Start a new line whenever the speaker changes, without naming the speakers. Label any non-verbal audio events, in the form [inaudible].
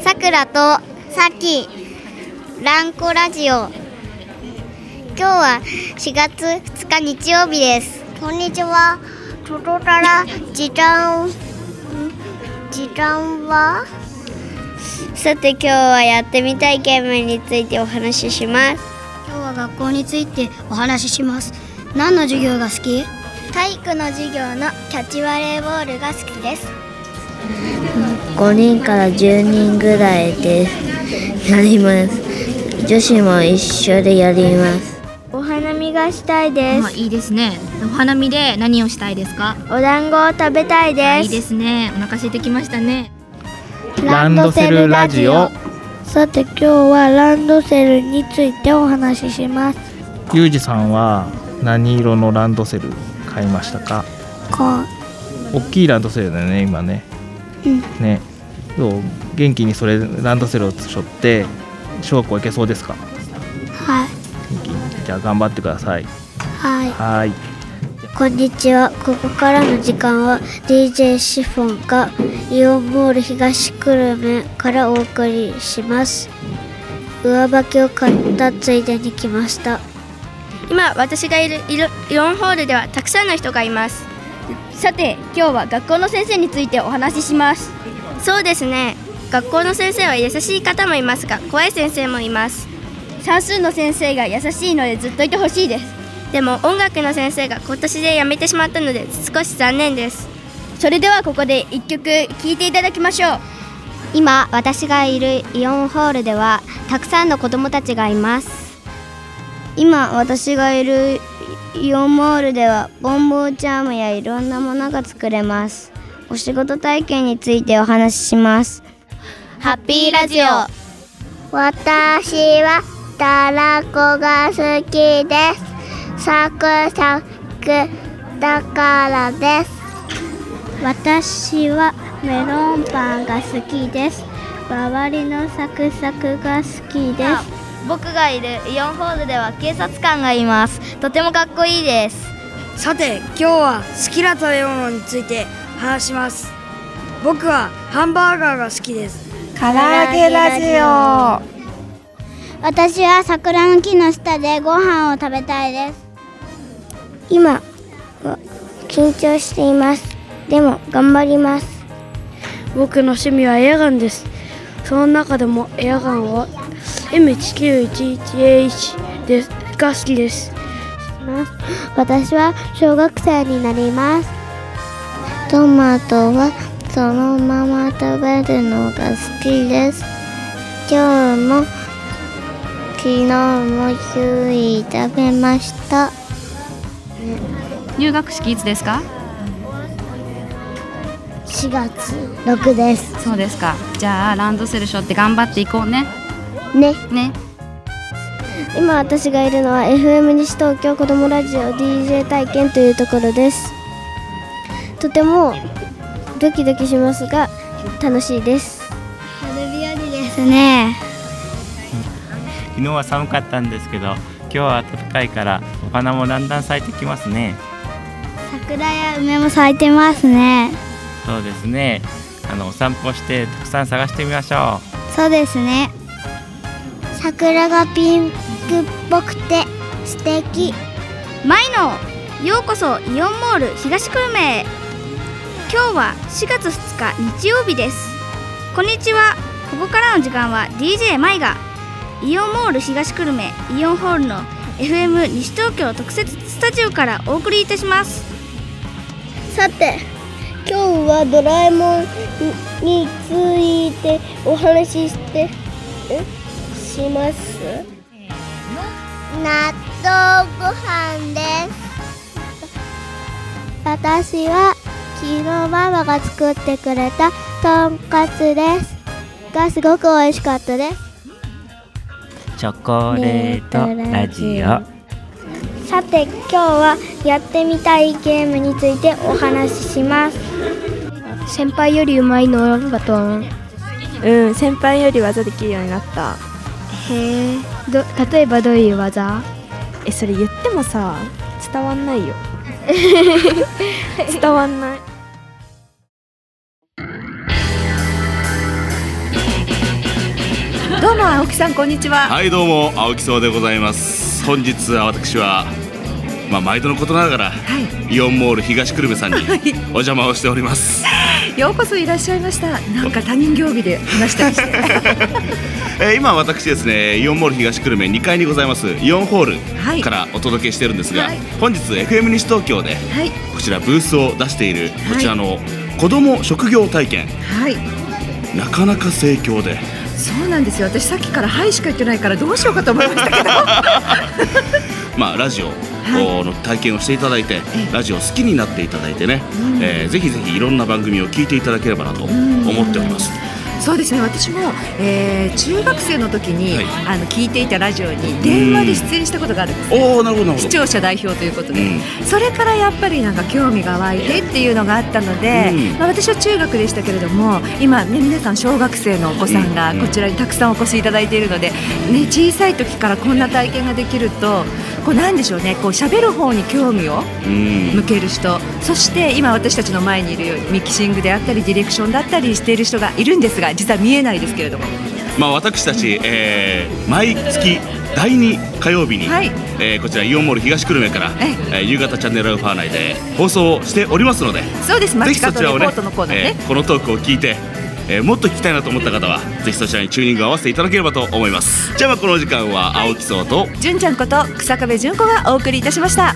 さくらとさきランコラジオ今日は4月2日日曜日ですこんにちはトトタラ時短ん時短はさて今日はやってみたいゲームについてお話しします
今日は学校についてお話しします何の授業が好き
体育の授業のキャッチバレーボールが好きです
5人から10人ぐらいでやります女子も一緒でやります
お花見がしたいで
まあ、
す。
いいですねお花見で何をしたいですか
お団子を食べたい
あ
で
いい
す。
ですねお腹空いてきましたね
ランドセルラジオ
さて今日はランドセルについてお話しします。
ゆうじさんは何色のランドセル買いましたか
こ
大きいランドセルだよね今ね、ねどう元気にそれランドセルを背負って小学校行けそうですか
うはい
元気にじゃあ頑張ってください
はい。
はーい
こんにちはここからの時間は DJ シフォンがイオンモール東久留米からお送りします上履きを買ったついでに来ました
今私がいるイロイオンホールではたくさんの人がいますさて今日は学校の先生についてお話ししますそうですね学校の先生は優しい方もいますが怖い先生もいます算数の先生が優しいのでずっといてほしいですでも音楽の先生が今年で辞めてしまったので少し残念ですそれではここで一曲聴いていただきましょう
今私がいるイオンホールではたくさんの子どもたちがいます今私がいるイオンモールではボンボーチャームやいろんなものが作れますお仕事体験についてお話ししますハッピーラジオ
私はたらこが好きです。サクサクだからです。私はメロンパンが好きです。周りのサクサクが好きです。
僕がいるイオンホールでは警察官がいますとてもかっこいいです
さて今日は好きな食べ物について話します僕はハンバーガーが好きです
私は桜の木の下でご飯を食べたいです今緊張していますでも頑張ります
僕の趣味はエアガンですその中でもエアガンは M1911H ですが好きです
私は小学生になりますトマトはそのまま食べるのが好きです今日も昨日もキウイ食べました
入学式いつですか
4月6です
そうですかじゃあランドセルショーって頑張っていこうね
ね
ね
今私がいるのは FM 西東京子どもラジオ DJ 体験というところですとてもドキドキしますが楽しいです
ですね
昨日は寒かったんですけど今日は暖かいからお花もだんだん咲いてきますね
桜や梅も咲いてますね
そうですねあのお散歩してたくさん探してみましょう
そうですね
桜がピンクっぽくて素敵
マイノようこそイオンモール東久留米へ今日は4月2日日曜日ですこんにちはここからの時間は DJ マイがイオンモール東久留米イオンホールの FM 西東京特設スタジオからお送りいたします
さて今日はドラえもんについてお話ししてんします納豆ご飯です私は昨日ママが作ってくれたとんかつですがすごく美味しかったです
チョコレートラジオ
さて今日はやってみたいゲームについてお話しします
先輩よりうまいのバトン
うん先輩より技できるようになった
へえ例えばどういう技
えそれ言ってもさ伝わんない
[laughs]
よ伝わんない
「
どうも青木さんこんにちは
はいどうも青木荘でございます本日は私はまあ毎度のことながら、イオンモール東久留米さんにお邪魔をしております
ようこそいらっしゃいましたなんか他人行儀で話したりして
[laughs]
えー今私ですねイオンモール東久留米2階にございますイオンホー
はい
ルからお届けしてるんですが、
はい
本日 FM 西東京で
はい
こちらブースを出しているこちらの子ども職業体験
はい
なかなか盛況で
そうなんですよ私さっきから「はい」しか言ってないからどうしようかと思いましたけど
まあ、ラジオの体験をしていただいて、ラジオ好きになっていただいてね、
うん
えーぜひぜひいろんな番組を聞いていただければなと思っております。
そうですね私も、えー中学生の時に、
は
あの聞いていたラジオに電話で出演したことがあるんです、ね、
おおなるほどなるほど
視聴者代表ということで、
うん
それからやっぱりなんか興味が湧いてっていうのがあったので、
うん
まあ、私は中学でしたけれども今、ね、皆さん小学生のお子さんが
うん
こちらにたくさんお越しいただいているので、ね、小さい時からこんな体験ができるとこうなんでしょうねこう喋る方に興味を
うん
向ける人そして今私たちの前にいるようにミキシングであったりディレクションだったりしている人がいるんですが実は見えないですけれども
まあ、私たち、えー毎月第2火曜日に、
はい
えーこちらイオンモール東久留米から、えー夕方チャンネルアルファ内で放送をしておりますので
そうです
ぜ
街
ひそ
角
ちらを
レポ
ね
ートのコーナーね
えーこのトークを聞いて、えーもっと聞きたいなと思った方はぜひそちらにチューニングを合わせていただければと思いますじゃあまあこの時間は青木荘と
純ちゃんこと日下部純子がお送りいたしました。